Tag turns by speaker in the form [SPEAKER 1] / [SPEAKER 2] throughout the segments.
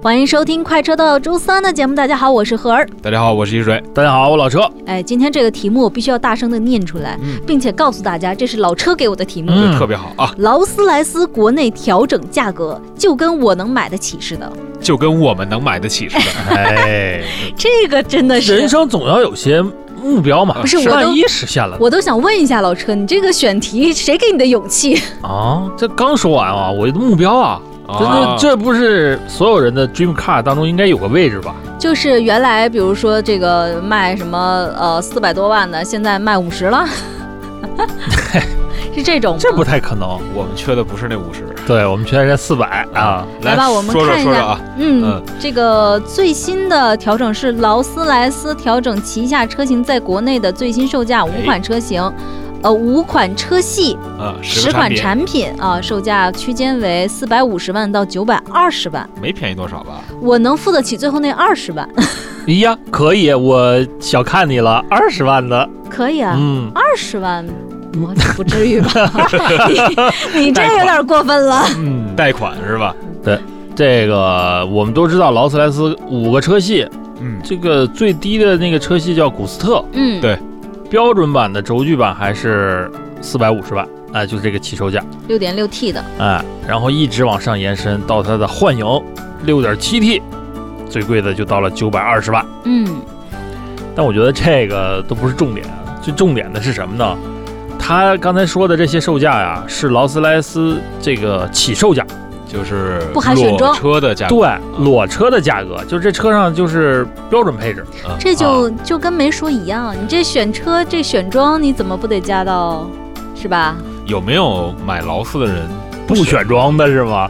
[SPEAKER 1] 欢迎收听《快车道周三》的节目。大家好，我是何儿。
[SPEAKER 2] 大家好，我是一水。
[SPEAKER 3] 大家好，我老车。
[SPEAKER 1] 哎，今天这个题目我必须要大声的念出来，并且告诉大家，这是老车给我的题目。
[SPEAKER 3] 嗯
[SPEAKER 2] 特别好啊，
[SPEAKER 1] 劳斯莱斯国内调整价格，就跟我能买得起似的。
[SPEAKER 2] 就跟我们能买得起似 的。
[SPEAKER 3] 哎，
[SPEAKER 1] 这个真的是
[SPEAKER 3] 人，生总要有些目标嘛，
[SPEAKER 1] 不是我都
[SPEAKER 3] 万一实现了呢
[SPEAKER 1] 我都想问一下老车，你这个选题谁给你的勇气？
[SPEAKER 3] 啊？这刚说完啊，我的目标啊，真
[SPEAKER 2] 啊
[SPEAKER 3] 的，这不是所有人的 dream car 当中应该有个位置吧？
[SPEAKER 1] 就是原来比如说这个卖什么呃四百多万的，现在卖五十了， 是这种吗？
[SPEAKER 3] 这不太可能。
[SPEAKER 2] 我们缺的不是那五十
[SPEAKER 3] 对我们缺这四百啊，
[SPEAKER 1] 来吧我们
[SPEAKER 2] 说说
[SPEAKER 1] 看一下
[SPEAKER 2] 说说啊，
[SPEAKER 1] 嗯
[SPEAKER 2] 嗯，
[SPEAKER 1] 这个最新的调整是劳斯莱斯调整旗下车型在国内的最新售价，
[SPEAKER 2] 哎
[SPEAKER 1] 五款车型，呃，五款车系，
[SPEAKER 2] 嗯，
[SPEAKER 1] 十
[SPEAKER 2] 个
[SPEAKER 1] 款
[SPEAKER 2] 品
[SPEAKER 1] 产品啊，售价区间为四百五十万到九百二十万。
[SPEAKER 2] 没便宜多少吧？
[SPEAKER 1] 我能付得起最后那二十万，
[SPEAKER 3] 咦呀，可以，我小看你了，二十万的，
[SPEAKER 1] 可以啊，
[SPEAKER 3] 嗯，
[SPEAKER 1] 二十万。我不至于 吧？你你这有点过分了。
[SPEAKER 2] 嗯，贷款是吧？
[SPEAKER 3] 这个我们都知道，劳斯莱斯五个车系，
[SPEAKER 2] 嗯，
[SPEAKER 3] 这个最低的那个车系叫古斯特，
[SPEAKER 1] 嗯，
[SPEAKER 2] 对
[SPEAKER 3] 标准版的轴距版还是四百五十万，哎，就是这个起售价。
[SPEAKER 1] 六点六 T 的，
[SPEAKER 3] 哎，然后一直往上延伸到它的幻影六点七 T，最贵的就到了九百二十万。
[SPEAKER 1] 嗯
[SPEAKER 3] 但我觉得这个都不是重点，最重点的是什么呢？他刚才说的这些售价呀、是劳斯莱斯这个起售价，
[SPEAKER 2] 就是
[SPEAKER 1] 不含选装
[SPEAKER 2] 裸车的价格，
[SPEAKER 3] 对，裸车的价格，就是这车上就是标准配置。
[SPEAKER 2] 嗯
[SPEAKER 1] 这就
[SPEAKER 2] 啊
[SPEAKER 1] 就跟没说一样，你这选车这选装你怎么不得加到，是吧？
[SPEAKER 2] 有没有买劳斯的人
[SPEAKER 3] 不选装的是吗？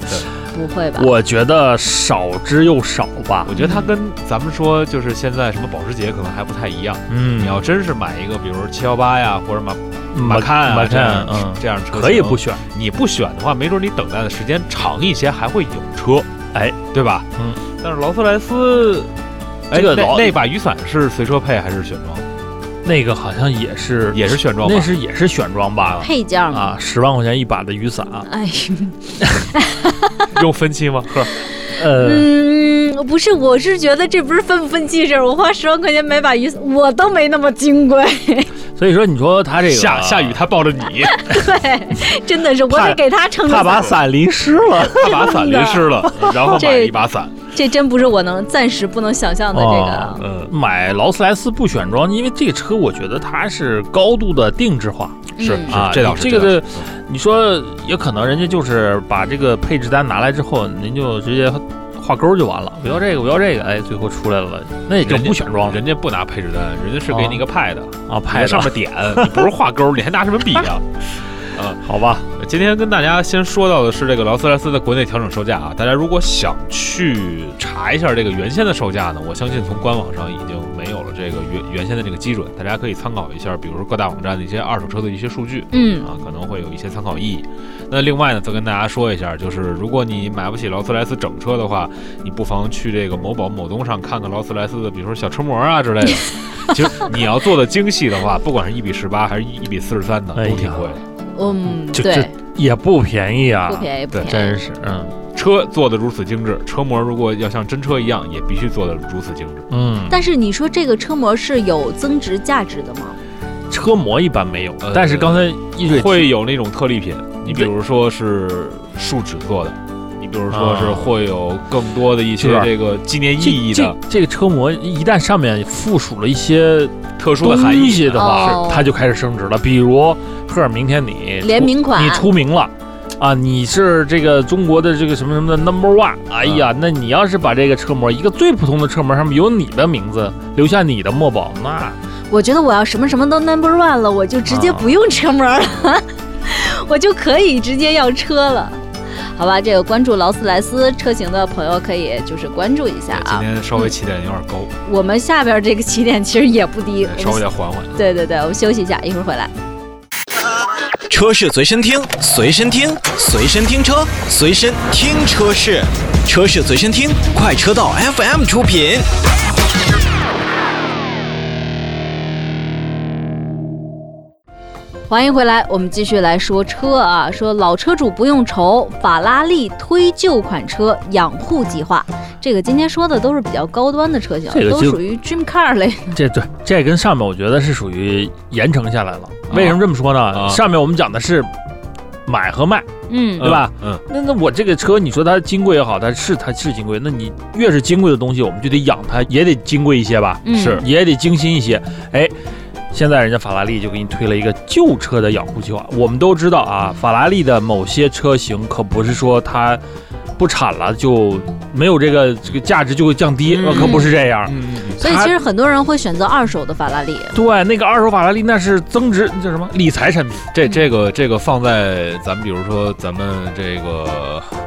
[SPEAKER 1] 不会吧？
[SPEAKER 3] 我觉得少之又少吧
[SPEAKER 2] 我。
[SPEAKER 1] 嗯
[SPEAKER 2] 觉得它跟咱们说就是现在什么保时捷可能还不太一样。
[SPEAKER 3] 嗯
[SPEAKER 2] 你要真是买一个，比如七幺八呀，或者马
[SPEAKER 3] 马
[SPEAKER 2] 看
[SPEAKER 3] 马
[SPEAKER 2] 啊这
[SPEAKER 3] 看
[SPEAKER 2] 样，
[SPEAKER 3] 嗯，
[SPEAKER 2] 这样车型
[SPEAKER 3] 可以不选。
[SPEAKER 2] 你不选的话，没准你等待的时间长一些，还会有车，
[SPEAKER 3] 哎，
[SPEAKER 2] 对吧？
[SPEAKER 3] 嗯。
[SPEAKER 2] 但是劳斯莱斯，哎
[SPEAKER 3] 这个
[SPEAKER 2] 那
[SPEAKER 3] 劳
[SPEAKER 2] 那把雨伞是随车配还是选装？
[SPEAKER 3] 那个好像也是，
[SPEAKER 2] 也是选装吧
[SPEAKER 3] 那？是也是选装吧？
[SPEAKER 1] 配件儿嘛，
[SPEAKER 3] 啊，十万块钱一把的雨伞，
[SPEAKER 1] 哎呀，
[SPEAKER 2] 用分期吗？呵，
[SPEAKER 3] 呃，
[SPEAKER 1] 嗯，不是，我是觉得这不是分不分期事儿，我花十万块钱买把雨伞，我都没那么金贵，
[SPEAKER 3] 所以说你说他这个
[SPEAKER 2] 下下雨他抱着 你，
[SPEAKER 1] 对， 真的是我得给他撑着
[SPEAKER 3] 怕
[SPEAKER 1] 伞，
[SPEAKER 3] 把伞淋湿
[SPEAKER 1] 嗯
[SPEAKER 3] 了，
[SPEAKER 2] 他把伞淋湿了，然后买了一把伞。
[SPEAKER 1] 这真不是我能暂时不能想象的这个啊。
[SPEAKER 2] 嗯，
[SPEAKER 3] 哦买劳斯莱斯不选装，因为这个车我觉得它是高度的定制化
[SPEAKER 2] 是
[SPEAKER 1] 嗯
[SPEAKER 2] 是
[SPEAKER 3] 啊，，
[SPEAKER 2] 这倒是
[SPEAKER 3] 这个
[SPEAKER 2] 倒是嗯
[SPEAKER 3] 的，你说也可能人家就是把这个配置单拿来之后，您就直接画勾就完了，我要这个，我要这个，哎，最后出来了，那也就
[SPEAKER 2] 人家
[SPEAKER 3] 不选装了
[SPEAKER 2] 人家不拿配置单，人家是给你一个 pad，你在
[SPEAKER 3] 啊，拍
[SPEAKER 2] 上面
[SPEAKER 3] 上
[SPEAKER 2] 点，你不是画勾，你还拿什么笔啊？
[SPEAKER 3] 好吧，
[SPEAKER 2] 今天跟大家先说到的是这个劳斯莱斯的国内调整售价啊，大家如果想去查一下这个原先的售价呢，我相信从官网上已经没有了这个原原先的这个基准，大家可以参考一下，比如说各大网站的一些二手车的一些数据。
[SPEAKER 1] 嗯
[SPEAKER 2] 啊，可能会有一些参考意义。那另外呢，再跟大家说一下，就是如果你买不起劳斯莱斯整车的话，你不妨去这个某宝、某东上看看劳斯莱斯的，比如说小车模啊之类的。其实你要做的精细的话，不管是一比十八还是一比四十三的，
[SPEAKER 3] 哎
[SPEAKER 2] 都
[SPEAKER 3] 呀
[SPEAKER 2] 挺贵的。
[SPEAKER 1] 嗯，
[SPEAKER 3] 就
[SPEAKER 1] 对，
[SPEAKER 3] 也不便宜啊，
[SPEAKER 1] 不便宜不
[SPEAKER 2] 对
[SPEAKER 1] 便宜。
[SPEAKER 3] 真是，嗯
[SPEAKER 2] 车做的如此精致，车模如果要像真车一样，也必须做的如此精致。
[SPEAKER 3] 嗯。
[SPEAKER 1] 但是你说这个车模是有增值价值的吗？
[SPEAKER 3] 车模一般没有，
[SPEAKER 2] 呃
[SPEAKER 3] 但是刚才一水
[SPEAKER 2] 会有那种特例品，你比如说是树脂做的，你比如说是
[SPEAKER 3] 啊
[SPEAKER 2] 会有更多的一些
[SPEAKER 3] 是
[SPEAKER 2] 这个纪念意
[SPEAKER 3] 这
[SPEAKER 2] 义的
[SPEAKER 3] 这这个车模一旦上面附属了一些
[SPEAKER 2] 特殊
[SPEAKER 3] 东
[SPEAKER 2] 的含义
[SPEAKER 3] 西的话，
[SPEAKER 1] 哦
[SPEAKER 3] 是它就开始升值了。比如赫尔，明天你
[SPEAKER 1] 联名款
[SPEAKER 3] 你出名了。啊，你是这个中国的这个什么什么的 number one，哎呀，那你要是把这个车模，一个最普通的车模上面有你的名字，留下你的墨宝，那
[SPEAKER 1] 我觉得我要什么什么都 number one 了，我就直接不用车模了， 我就可以直接要车了。好吧，这个关注劳斯莱斯车型的朋友可以就是关注一下
[SPEAKER 2] 对今
[SPEAKER 1] 啊。
[SPEAKER 2] 天稍微起点有点高，
[SPEAKER 3] 啊
[SPEAKER 1] 我们下边这个起点其实也不低，
[SPEAKER 2] 对
[SPEAKER 1] 我
[SPEAKER 2] 哎稍微
[SPEAKER 1] 们
[SPEAKER 2] 得缓缓。
[SPEAKER 3] 嗯
[SPEAKER 1] 对对对，我们休息一下，一会儿回来。
[SPEAKER 4] 车是随身听，随身听，随身听车，随身听车是，车是随身听，快车道 FM 出品。
[SPEAKER 1] 欢迎回来，我们继续来说车啊，说老车主不用愁，法拉利推旧款车养护计划。这个今天说的都是比较高端的车型，
[SPEAKER 3] 这个
[SPEAKER 1] 都
[SPEAKER 3] 就呃
[SPEAKER 1] 属于 dream car 类。
[SPEAKER 3] 这对这跟上面我觉得是属于严惩下来了。为什么这么说呢？
[SPEAKER 2] 啊
[SPEAKER 3] 上面我们讲的是买和卖，
[SPEAKER 1] 嗯
[SPEAKER 3] 对吧？
[SPEAKER 2] 嗯，
[SPEAKER 3] 那那我这个车，你说它金贵也好，它是它是金贵，那你越是金贵的东西，我们就得养它，也得金贵一些吧，
[SPEAKER 1] 嗯是
[SPEAKER 3] 也得精心一些。哎，现在人家法拉利就给你推了一个旧车的养护计划。我们都知道啊，法拉利的某些车型可不是说它不产了就没有这个这个价值就会降低，呃
[SPEAKER 2] 嗯
[SPEAKER 3] 可不是这样。
[SPEAKER 2] 嗯嗯
[SPEAKER 1] 所以其实很多人会选择二手的法拉利。
[SPEAKER 3] 对，那个二手法拉利那是增值，那叫什么理财产品？
[SPEAKER 2] 这这个这个放在咱们比如说咱们这个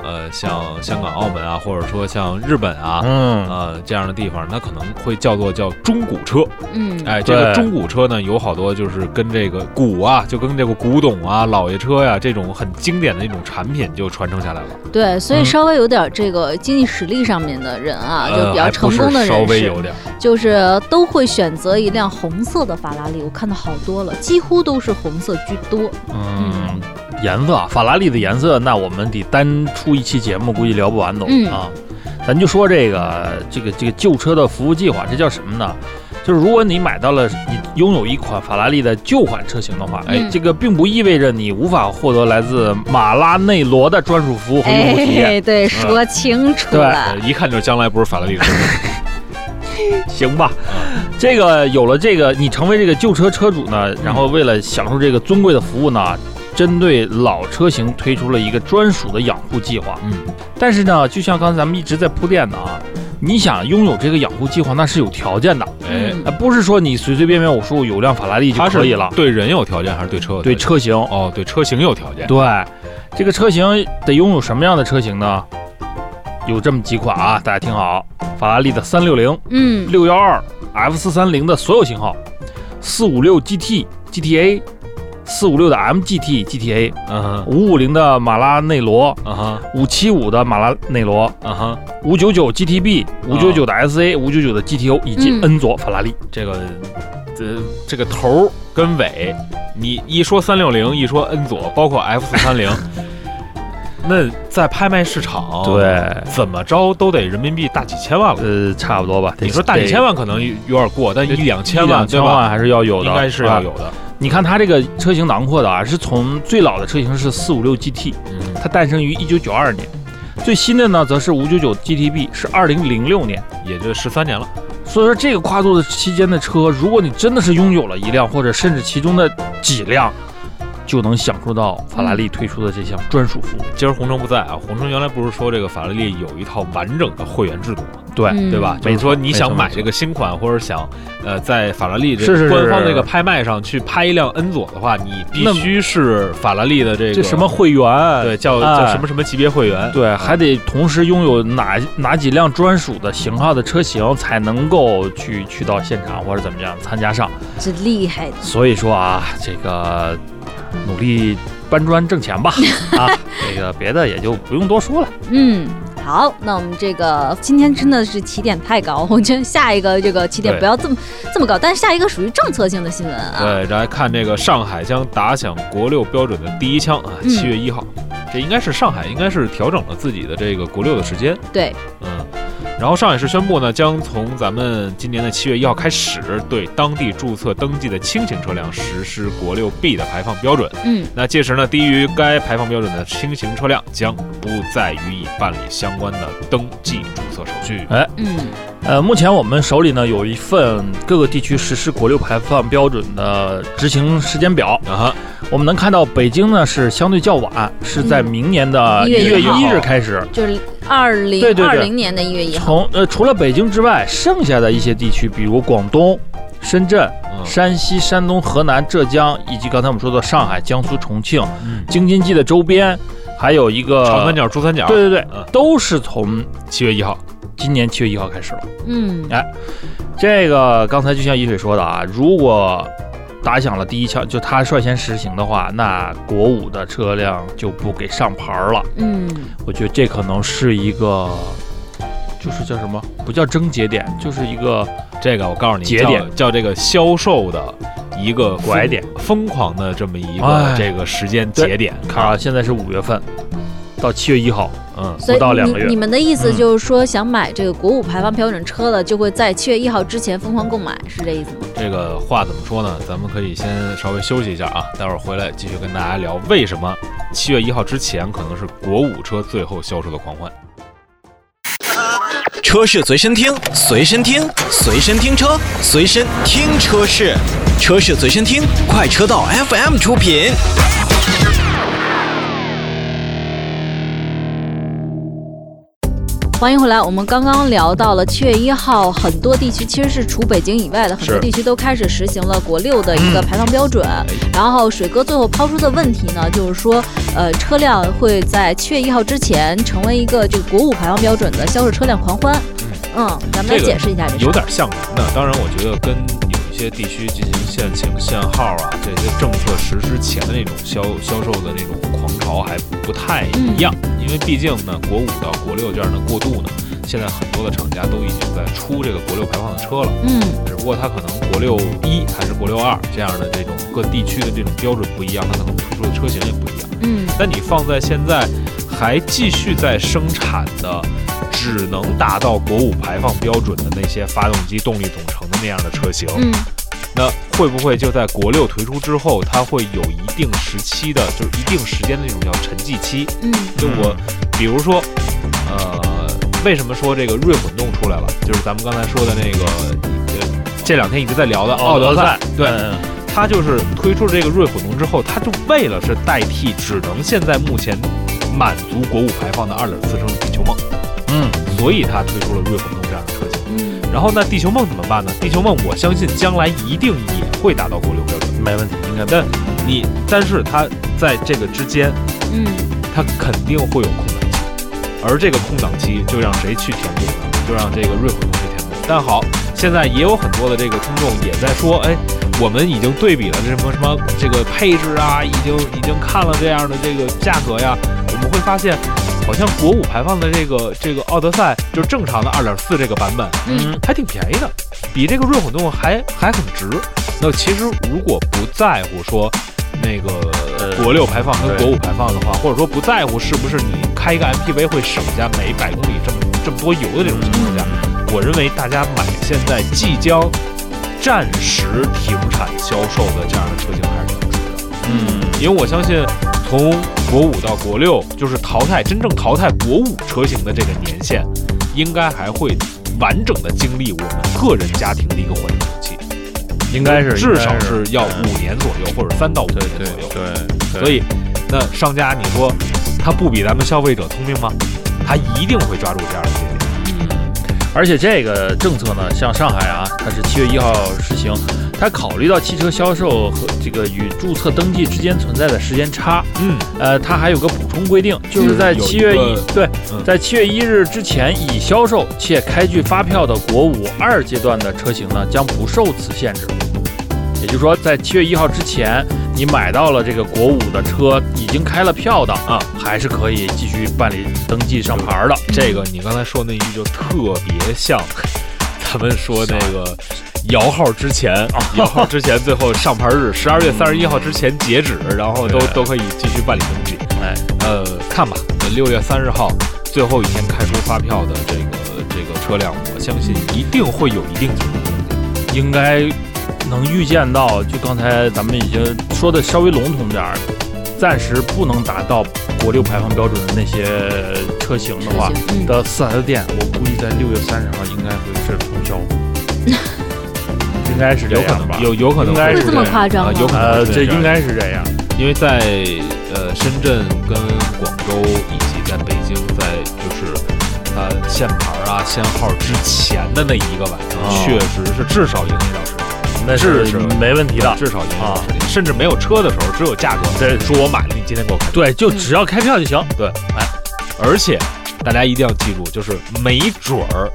[SPEAKER 2] 呃像香港、澳门啊，或者说像日本啊。
[SPEAKER 3] 嗯，
[SPEAKER 2] 呃，这样的地方，那可能会叫做叫中古车。
[SPEAKER 1] 嗯，
[SPEAKER 2] 哎，这个
[SPEAKER 3] 对
[SPEAKER 2] 中古车呢，有好多就是跟这个古啊，就跟这个古董啊、老爷车呀、这种很经典的一种产品就传承下来了。
[SPEAKER 1] 对，所以
[SPEAKER 3] 嗯
[SPEAKER 1] 稍微有点这个经济实力上面的人啊，就比较
[SPEAKER 2] 呃
[SPEAKER 1] 成功的
[SPEAKER 2] 还不是稍
[SPEAKER 1] 人
[SPEAKER 2] 微
[SPEAKER 1] 士，啊
[SPEAKER 2] 有点儿。
[SPEAKER 1] 就是都会选择一辆红色的法拉利。我看到好多了，几乎都是红色居多。
[SPEAKER 3] 嗯，颜色啊，法拉利的颜色，那我们得单出一期节目，估计聊不完都、
[SPEAKER 1] 嗯
[SPEAKER 3] 啊。咱就说这个这个这个旧车的服务计划，这叫什么呢？就是如果你买到了你拥有一款法拉利的旧款车型的话，哎
[SPEAKER 1] 嗯，
[SPEAKER 3] 这个并不意味着你无法获得来自马拉内罗的专属服务和用户体验。
[SPEAKER 1] 哎，
[SPEAKER 2] 嗯
[SPEAKER 1] 对，说清楚了
[SPEAKER 2] 呃。一看就是将来不是法拉利车。
[SPEAKER 3] 行吧，这个有了这个，你成为这个旧车车主呢，然后为了享受这个尊贵的服务呢，针对老车型推出了一个专属的养护计划。
[SPEAKER 2] 嗯，
[SPEAKER 3] 但是呢，就像刚才咱们一直在铺垫的啊，你想拥有这个养护计划，那是有条件的，
[SPEAKER 2] 哎，
[SPEAKER 1] 嗯
[SPEAKER 3] 那不是说你随随便便我说我有辆法拉利就
[SPEAKER 2] 它是
[SPEAKER 3] 可以了，
[SPEAKER 2] 对人有条件还是对车有条件？
[SPEAKER 3] 对车型，
[SPEAKER 2] 哦，对车型有条件。
[SPEAKER 3] 对，这个车型得拥有什么样的车型呢？有这么几款啊，大家听好，法拉利的三六零。
[SPEAKER 1] 嗯
[SPEAKER 3] 六幺二 F 四三零的所有型号，四五六 GT、GTA、四五六的 MGT、GTA、
[SPEAKER 2] 嗯哼，
[SPEAKER 3] 五五零的马拉内罗、
[SPEAKER 2] 嗯哼，
[SPEAKER 3] 五七五的马拉内罗、
[SPEAKER 2] 嗯哼，
[SPEAKER 3] 五九九 GTB、五九九的 SA、五九九的 GTO 以及
[SPEAKER 1] 嗯
[SPEAKER 3] N 佐法拉利。
[SPEAKER 2] 这个，这这个头儿跟尾，你一说三六零，一说 N 左，包括 F 四 三零，那在拍卖市场，，怎么着都得人民币大几千万了。
[SPEAKER 3] 哦呃，差不多吧。得
[SPEAKER 2] 你说大几千万可能有点过，但一两千
[SPEAKER 3] 一
[SPEAKER 2] 万
[SPEAKER 3] 两
[SPEAKER 2] 对
[SPEAKER 3] 千
[SPEAKER 2] 吧？
[SPEAKER 3] 万还是要有的，
[SPEAKER 2] 应该是
[SPEAKER 3] 啊
[SPEAKER 2] 要有的。
[SPEAKER 3] 你看它这个车型囊括的啊，是从最老的车型是四五六 GT，
[SPEAKER 2] 嗯
[SPEAKER 3] 它诞生于一九九二年，最新的呢则是五九九 GTB，是二零零六年。
[SPEAKER 2] 也就十三年了。
[SPEAKER 3] 所以说，这个跨度的期间的车，如果你真的是拥有了一辆，或者甚至其中的几辆，就能享受到法拉利推出的这项专属服务。
[SPEAKER 2] 今儿红城不在啊，红城原来不是说这个法拉利有一套完整的会员制度吗？
[SPEAKER 3] 对
[SPEAKER 1] 嗯
[SPEAKER 2] 对吧？
[SPEAKER 3] 没
[SPEAKER 2] 就是说你想
[SPEAKER 3] 没错
[SPEAKER 2] 买
[SPEAKER 3] 没错
[SPEAKER 2] 这个新款，或者想呃在法拉利这
[SPEAKER 3] 是是
[SPEAKER 2] 个
[SPEAKER 3] 是
[SPEAKER 2] 官方
[SPEAKER 3] 是
[SPEAKER 2] 这个拍卖上去拍一辆恩佐的话，你必
[SPEAKER 3] 那
[SPEAKER 2] 须是法拉利的这个
[SPEAKER 3] 这什么会员？
[SPEAKER 2] 对叫
[SPEAKER 3] 哎
[SPEAKER 2] 叫什么什么级别会员。
[SPEAKER 3] 对，还得同时拥有哪哪几辆专属的型号的车型，才能够去去到现场或者怎么样参加上。
[SPEAKER 1] 这厉害的。
[SPEAKER 3] 所以说啊，这个努力搬砖挣钱吧啊，这个别的也就不用多说了。
[SPEAKER 1] 嗯，好，那我们这个今天真的是起点太高，我觉得下一个这个起点
[SPEAKER 2] 对
[SPEAKER 1] 不要这么这么高，但是下一个属于政策性的新闻啊。
[SPEAKER 2] 对，来看这个上海将打响国六标准的第一枪啊，
[SPEAKER 1] 嗯
[SPEAKER 2] 七月一号，这应该是上海应该是调整了自己的这个国六的时间，
[SPEAKER 1] 对，
[SPEAKER 2] 嗯，然后上海市宣布呢，将从咱们今年的七月一号开始，对当地注册登记的轻型车辆实施国六 B 的排放标准。
[SPEAKER 1] 嗯，
[SPEAKER 2] 那届时呢，低于该排放标准的轻型车辆将不再予以办理相关的登记注册手续。
[SPEAKER 1] 嗯
[SPEAKER 3] 呃，目前我们手里呢有一份各个地区实施国六排放标准的执行时间表。
[SPEAKER 2] 啊哈，
[SPEAKER 3] 我们能看到，北京呢是相对较晚，是在
[SPEAKER 1] 嗯
[SPEAKER 3] 明年的
[SPEAKER 1] 1
[SPEAKER 3] 一
[SPEAKER 1] 月
[SPEAKER 3] 月
[SPEAKER 1] 1
[SPEAKER 3] 一
[SPEAKER 2] 号
[SPEAKER 3] 日开始。
[SPEAKER 1] 就是二零
[SPEAKER 3] 对对
[SPEAKER 1] 二
[SPEAKER 3] 对
[SPEAKER 1] 零年的一月一号。
[SPEAKER 3] 从呃，除了北京之外，剩下的一些地区，比如广东、深圳、
[SPEAKER 2] 嗯
[SPEAKER 3] 山西、山东、河南、浙江，以及刚才我们说的上海、江苏、重庆、
[SPEAKER 2] 嗯，
[SPEAKER 3] 京津冀的周边，还有一个
[SPEAKER 2] 长三。角、珠三角，
[SPEAKER 3] 对对对
[SPEAKER 2] 嗯，
[SPEAKER 3] 都是从
[SPEAKER 2] 七月一号，
[SPEAKER 3] 今年七月一号开始了。
[SPEAKER 1] 嗯
[SPEAKER 3] 哎这个刚才就像一水说的啊，如果打响了第一枪，就它率先实行的话，那国五的车辆就不给上牌儿了。
[SPEAKER 1] 嗯，
[SPEAKER 3] 我觉得这可能是一个，就是叫什么？不叫症结点，就是一个
[SPEAKER 2] 这个我告诉你，
[SPEAKER 3] 节
[SPEAKER 2] 叫
[SPEAKER 3] 点
[SPEAKER 2] 叫这个销售的一个疯
[SPEAKER 3] 拐点，
[SPEAKER 2] 疯狂的这么一个
[SPEAKER 3] 哎
[SPEAKER 2] 这个时间节点。
[SPEAKER 3] 看啊，现在是五月份，到七月一号，
[SPEAKER 2] 嗯，
[SPEAKER 1] 所以
[SPEAKER 3] 不到两个
[SPEAKER 1] 你
[SPEAKER 3] 月
[SPEAKER 1] 你们的意思
[SPEAKER 3] 嗯
[SPEAKER 1] 就是说，想买这个国五排放标准车的，就会在七月一号之前疯狂购买，是这意思吗？
[SPEAKER 2] 这个话怎么说呢？咱们可以先稍微休息一下啊，待会儿回来继续跟大家聊为什么七月一号之前可能是国五车最后销售的狂欢。
[SPEAKER 4] 车是随身听，随身听，随身听车，随身听车是，车是随身听，快车道 FM 出品。
[SPEAKER 1] 欢迎回来，我们刚刚聊到了七月一号，很多地区其实是除北京以外的很多
[SPEAKER 2] 是
[SPEAKER 1] 地区都开始实行了国六的一个排放标
[SPEAKER 3] 嗯
[SPEAKER 1] 准。
[SPEAKER 3] 哎
[SPEAKER 1] 然后水哥最后抛出的问题呢，就是说，呃，车辆会在七月一号之前成为一个这个国五排放标准的销售车辆狂欢。嗯，咱们来
[SPEAKER 2] 这个
[SPEAKER 1] 解释一下这事儿。
[SPEAKER 2] 有点像什么呢？当然，我觉得跟有一些地区进行限行、限号啊，这些政策实施前的那种销销售的那种狂潮还不太一样，因为毕竟呢，国五到国六这样的过渡呢，现在很多的厂家都已经在出这个国六排放的车了，
[SPEAKER 1] 嗯
[SPEAKER 2] 只不过它可能国六一还是国六二这样的这种各地区的这种标准不一样，它可能推出的车型也不一样。
[SPEAKER 1] 嗯
[SPEAKER 2] 但你放在现在还继续在生产的，只能达到国五排放标准的那些发动机动力总成的那样的车型，
[SPEAKER 1] 嗯，
[SPEAKER 2] 那会不会就在国六推出之后，它会有一定时期的，就是一定时间的那种叫沉寂期？
[SPEAKER 1] 嗯
[SPEAKER 2] 就我，比如说，呃，为什么说这个锐混动出来了？就是咱们刚才说的那个，呃，这两天一直在
[SPEAKER 3] 哦
[SPEAKER 2] 聊的奥德赛，对，
[SPEAKER 3] 嗯
[SPEAKER 2] 它就是推出了这个锐混动之后，它就为了是代替只能现在目前满足国五排放的2.4升的地球梦，
[SPEAKER 3] 嗯，
[SPEAKER 2] 所以它推出了锐混动这样的车型。
[SPEAKER 1] 嗯
[SPEAKER 2] 然后那地球梦怎么办呢？地球梦我相信将来一定也会达到国六标准，
[SPEAKER 3] 没问题，应该没
[SPEAKER 2] 但你但是它在这个之间，
[SPEAKER 1] 嗯
[SPEAKER 2] 它肯定会有空档期，而这个空档期就让谁去填补呢？就让这个瑞混动去填补。但好，现在也有很多的这个听众也在说，哎，我们已经对比了这什么什么这个配置啊，已经已经看了这样的这个价格呀，我们会发现，好像国五排放的这个这个奥德赛，就正常的2.4这个版本，
[SPEAKER 1] 嗯
[SPEAKER 2] 还挺便宜的，比这个锐混动还还很值。那其实如果不在乎说那个
[SPEAKER 3] 呃
[SPEAKER 2] 国六排放跟
[SPEAKER 3] 对
[SPEAKER 2] 国五排放的话，或者说不在乎是不是你开一个 MPV 会省下每百公里这么这么多油的这种情况下，我认为大家买现在即将暂时停产销售的这样的车型还是挺值的。
[SPEAKER 3] 嗯，
[SPEAKER 2] 因为我相信，从国五到国六，就是淘汰真正淘汰国五车型的这个年限，应该还会完整的经历我们个人家庭的一个缓冲期，
[SPEAKER 3] 应该是
[SPEAKER 2] 至少是要
[SPEAKER 3] 嗯
[SPEAKER 2] 五年左右，或者三到五
[SPEAKER 3] 对
[SPEAKER 2] 年
[SPEAKER 3] 对
[SPEAKER 2] 左右。
[SPEAKER 3] 对，
[SPEAKER 2] 所以，那商家你说他不比咱们消费者聪明吗？他一定会抓住这样的节点。
[SPEAKER 3] 而且这个政策呢，像上海啊，它是七月一号实行，它考虑到汽车销售和这个与注册登记之间存在的时间差，
[SPEAKER 2] 嗯，
[SPEAKER 3] 呃，它还有个补充规定，就是在
[SPEAKER 2] 嗯有一
[SPEAKER 3] 七月一
[SPEAKER 2] 个
[SPEAKER 3] 对
[SPEAKER 2] 嗯，
[SPEAKER 3] 在七月一日之前已销售且开具发票的国五二阶段的车型呢，将不受此限制。也就是说，在七月一号之前，你买到了这个国五的车，已经开了票的啊，还是可以继续办理登记上牌的。
[SPEAKER 2] 嗯这个你刚才说那一句就特别像咱们说那个摇号之前，
[SPEAKER 3] 哦
[SPEAKER 2] 摇号之前最后上牌日十二月三十一号之前截止，然后都
[SPEAKER 3] 嗯对
[SPEAKER 2] 都可以继续办理登记。
[SPEAKER 3] 哎，
[SPEAKER 2] 呃，看吧，六月三十号最后一天开出发票的这个这个车辆，我相信一定会有一定程度的
[SPEAKER 3] 应该能预见到，就刚才咱们已经说的稍微笼统点儿，暂时不能达到国六排放标准的那些车型的话
[SPEAKER 1] 车型嗯
[SPEAKER 3] 的四 S 店，我估计在六月三十号应该会是通宵，应该是这
[SPEAKER 2] 有可
[SPEAKER 3] 样
[SPEAKER 2] 能
[SPEAKER 3] 吧
[SPEAKER 2] 吧，？有有可能
[SPEAKER 3] 应该
[SPEAKER 2] 会
[SPEAKER 1] 会
[SPEAKER 3] 是
[SPEAKER 1] 这么
[SPEAKER 3] 样
[SPEAKER 1] 夸张
[SPEAKER 2] 啊
[SPEAKER 1] 吗？
[SPEAKER 2] 有可能
[SPEAKER 3] 呃，
[SPEAKER 2] 对
[SPEAKER 3] 这
[SPEAKER 2] 是
[SPEAKER 3] 应该是这样。
[SPEAKER 2] 因为在呃深圳跟广州以及在北京，在就是呃限牌啊限号之前的那一个晚上，
[SPEAKER 3] 哦
[SPEAKER 2] 确实是至少影响到时间，
[SPEAKER 3] 那
[SPEAKER 2] 是是
[SPEAKER 3] 没问题的。
[SPEAKER 2] 至少影响到时间，啊甚至没有车的时候，只有价格，
[SPEAKER 3] 对
[SPEAKER 2] 说我买了，你今天给我开。
[SPEAKER 3] 对，就只要开票就行。
[SPEAKER 2] 哎而且大家一定要记住，就是没准儿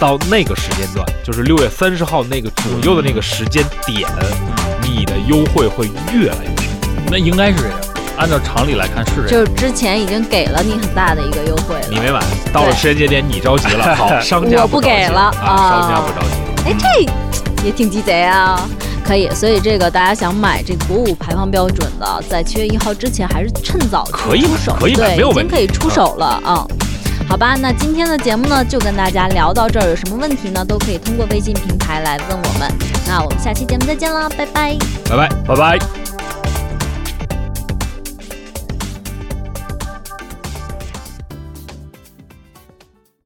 [SPEAKER 2] 到那个时间段，就是六月三十号那个左右的那个时间点，
[SPEAKER 1] 嗯
[SPEAKER 2] 你的优惠会越来越少。
[SPEAKER 3] 那应该是这样。按照常理来看是这
[SPEAKER 1] 就
[SPEAKER 3] 样。
[SPEAKER 1] 是之前已经给了你很大的一个优惠
[SPEAKER 2] 你
[SPEAKER 1] 了，
[SPEAKER 2] 没买，到了时间节点你着急 了，好，商家
[SPEAKER 1] 我不
[SPEAKER 2] 着急
[SPEAKER 1] 给了
[SPEAKER 2] 啊，商家
[SPEAKER 1] 啊
[SPEAKER 2] 不着急。
[SPEAKER 1] 哎，这也挺鸡贼啊。可以，所以这个大家想买这国五排放标准的，在七月一号之前还是趁早去
[SPEAKER 2] 可以
[SPEAKER 1] 出
[SPEAKER 2] 买
[SPEAKER 1] 手，
[SPEAKER 2] 可以买
[SPEAKER 1] 对，
[SPEAKER 2] 没有
[SPEAKER 1] 已经
[SPEAKER 2] 问题
[SPEAKER 1] 可以出手了啊、嗯好吧，那今天的节目呢，就跟大家聊到这儿，有什么问题呢，都可以通过微信平台来问我们。那我们下期节目再见啦，拜拜。
[SPEAKER 2] 拜拜。
[SPEAKER 3] 拜拜。